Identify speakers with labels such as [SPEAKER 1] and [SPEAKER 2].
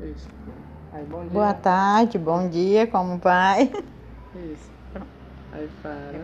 [SPEAKER 1] Isso. Aí, bom dia.
[SPEAKER 2] Boa tarde, bom dia, como vai?
[SPEAKER 1] Isso. Aí para.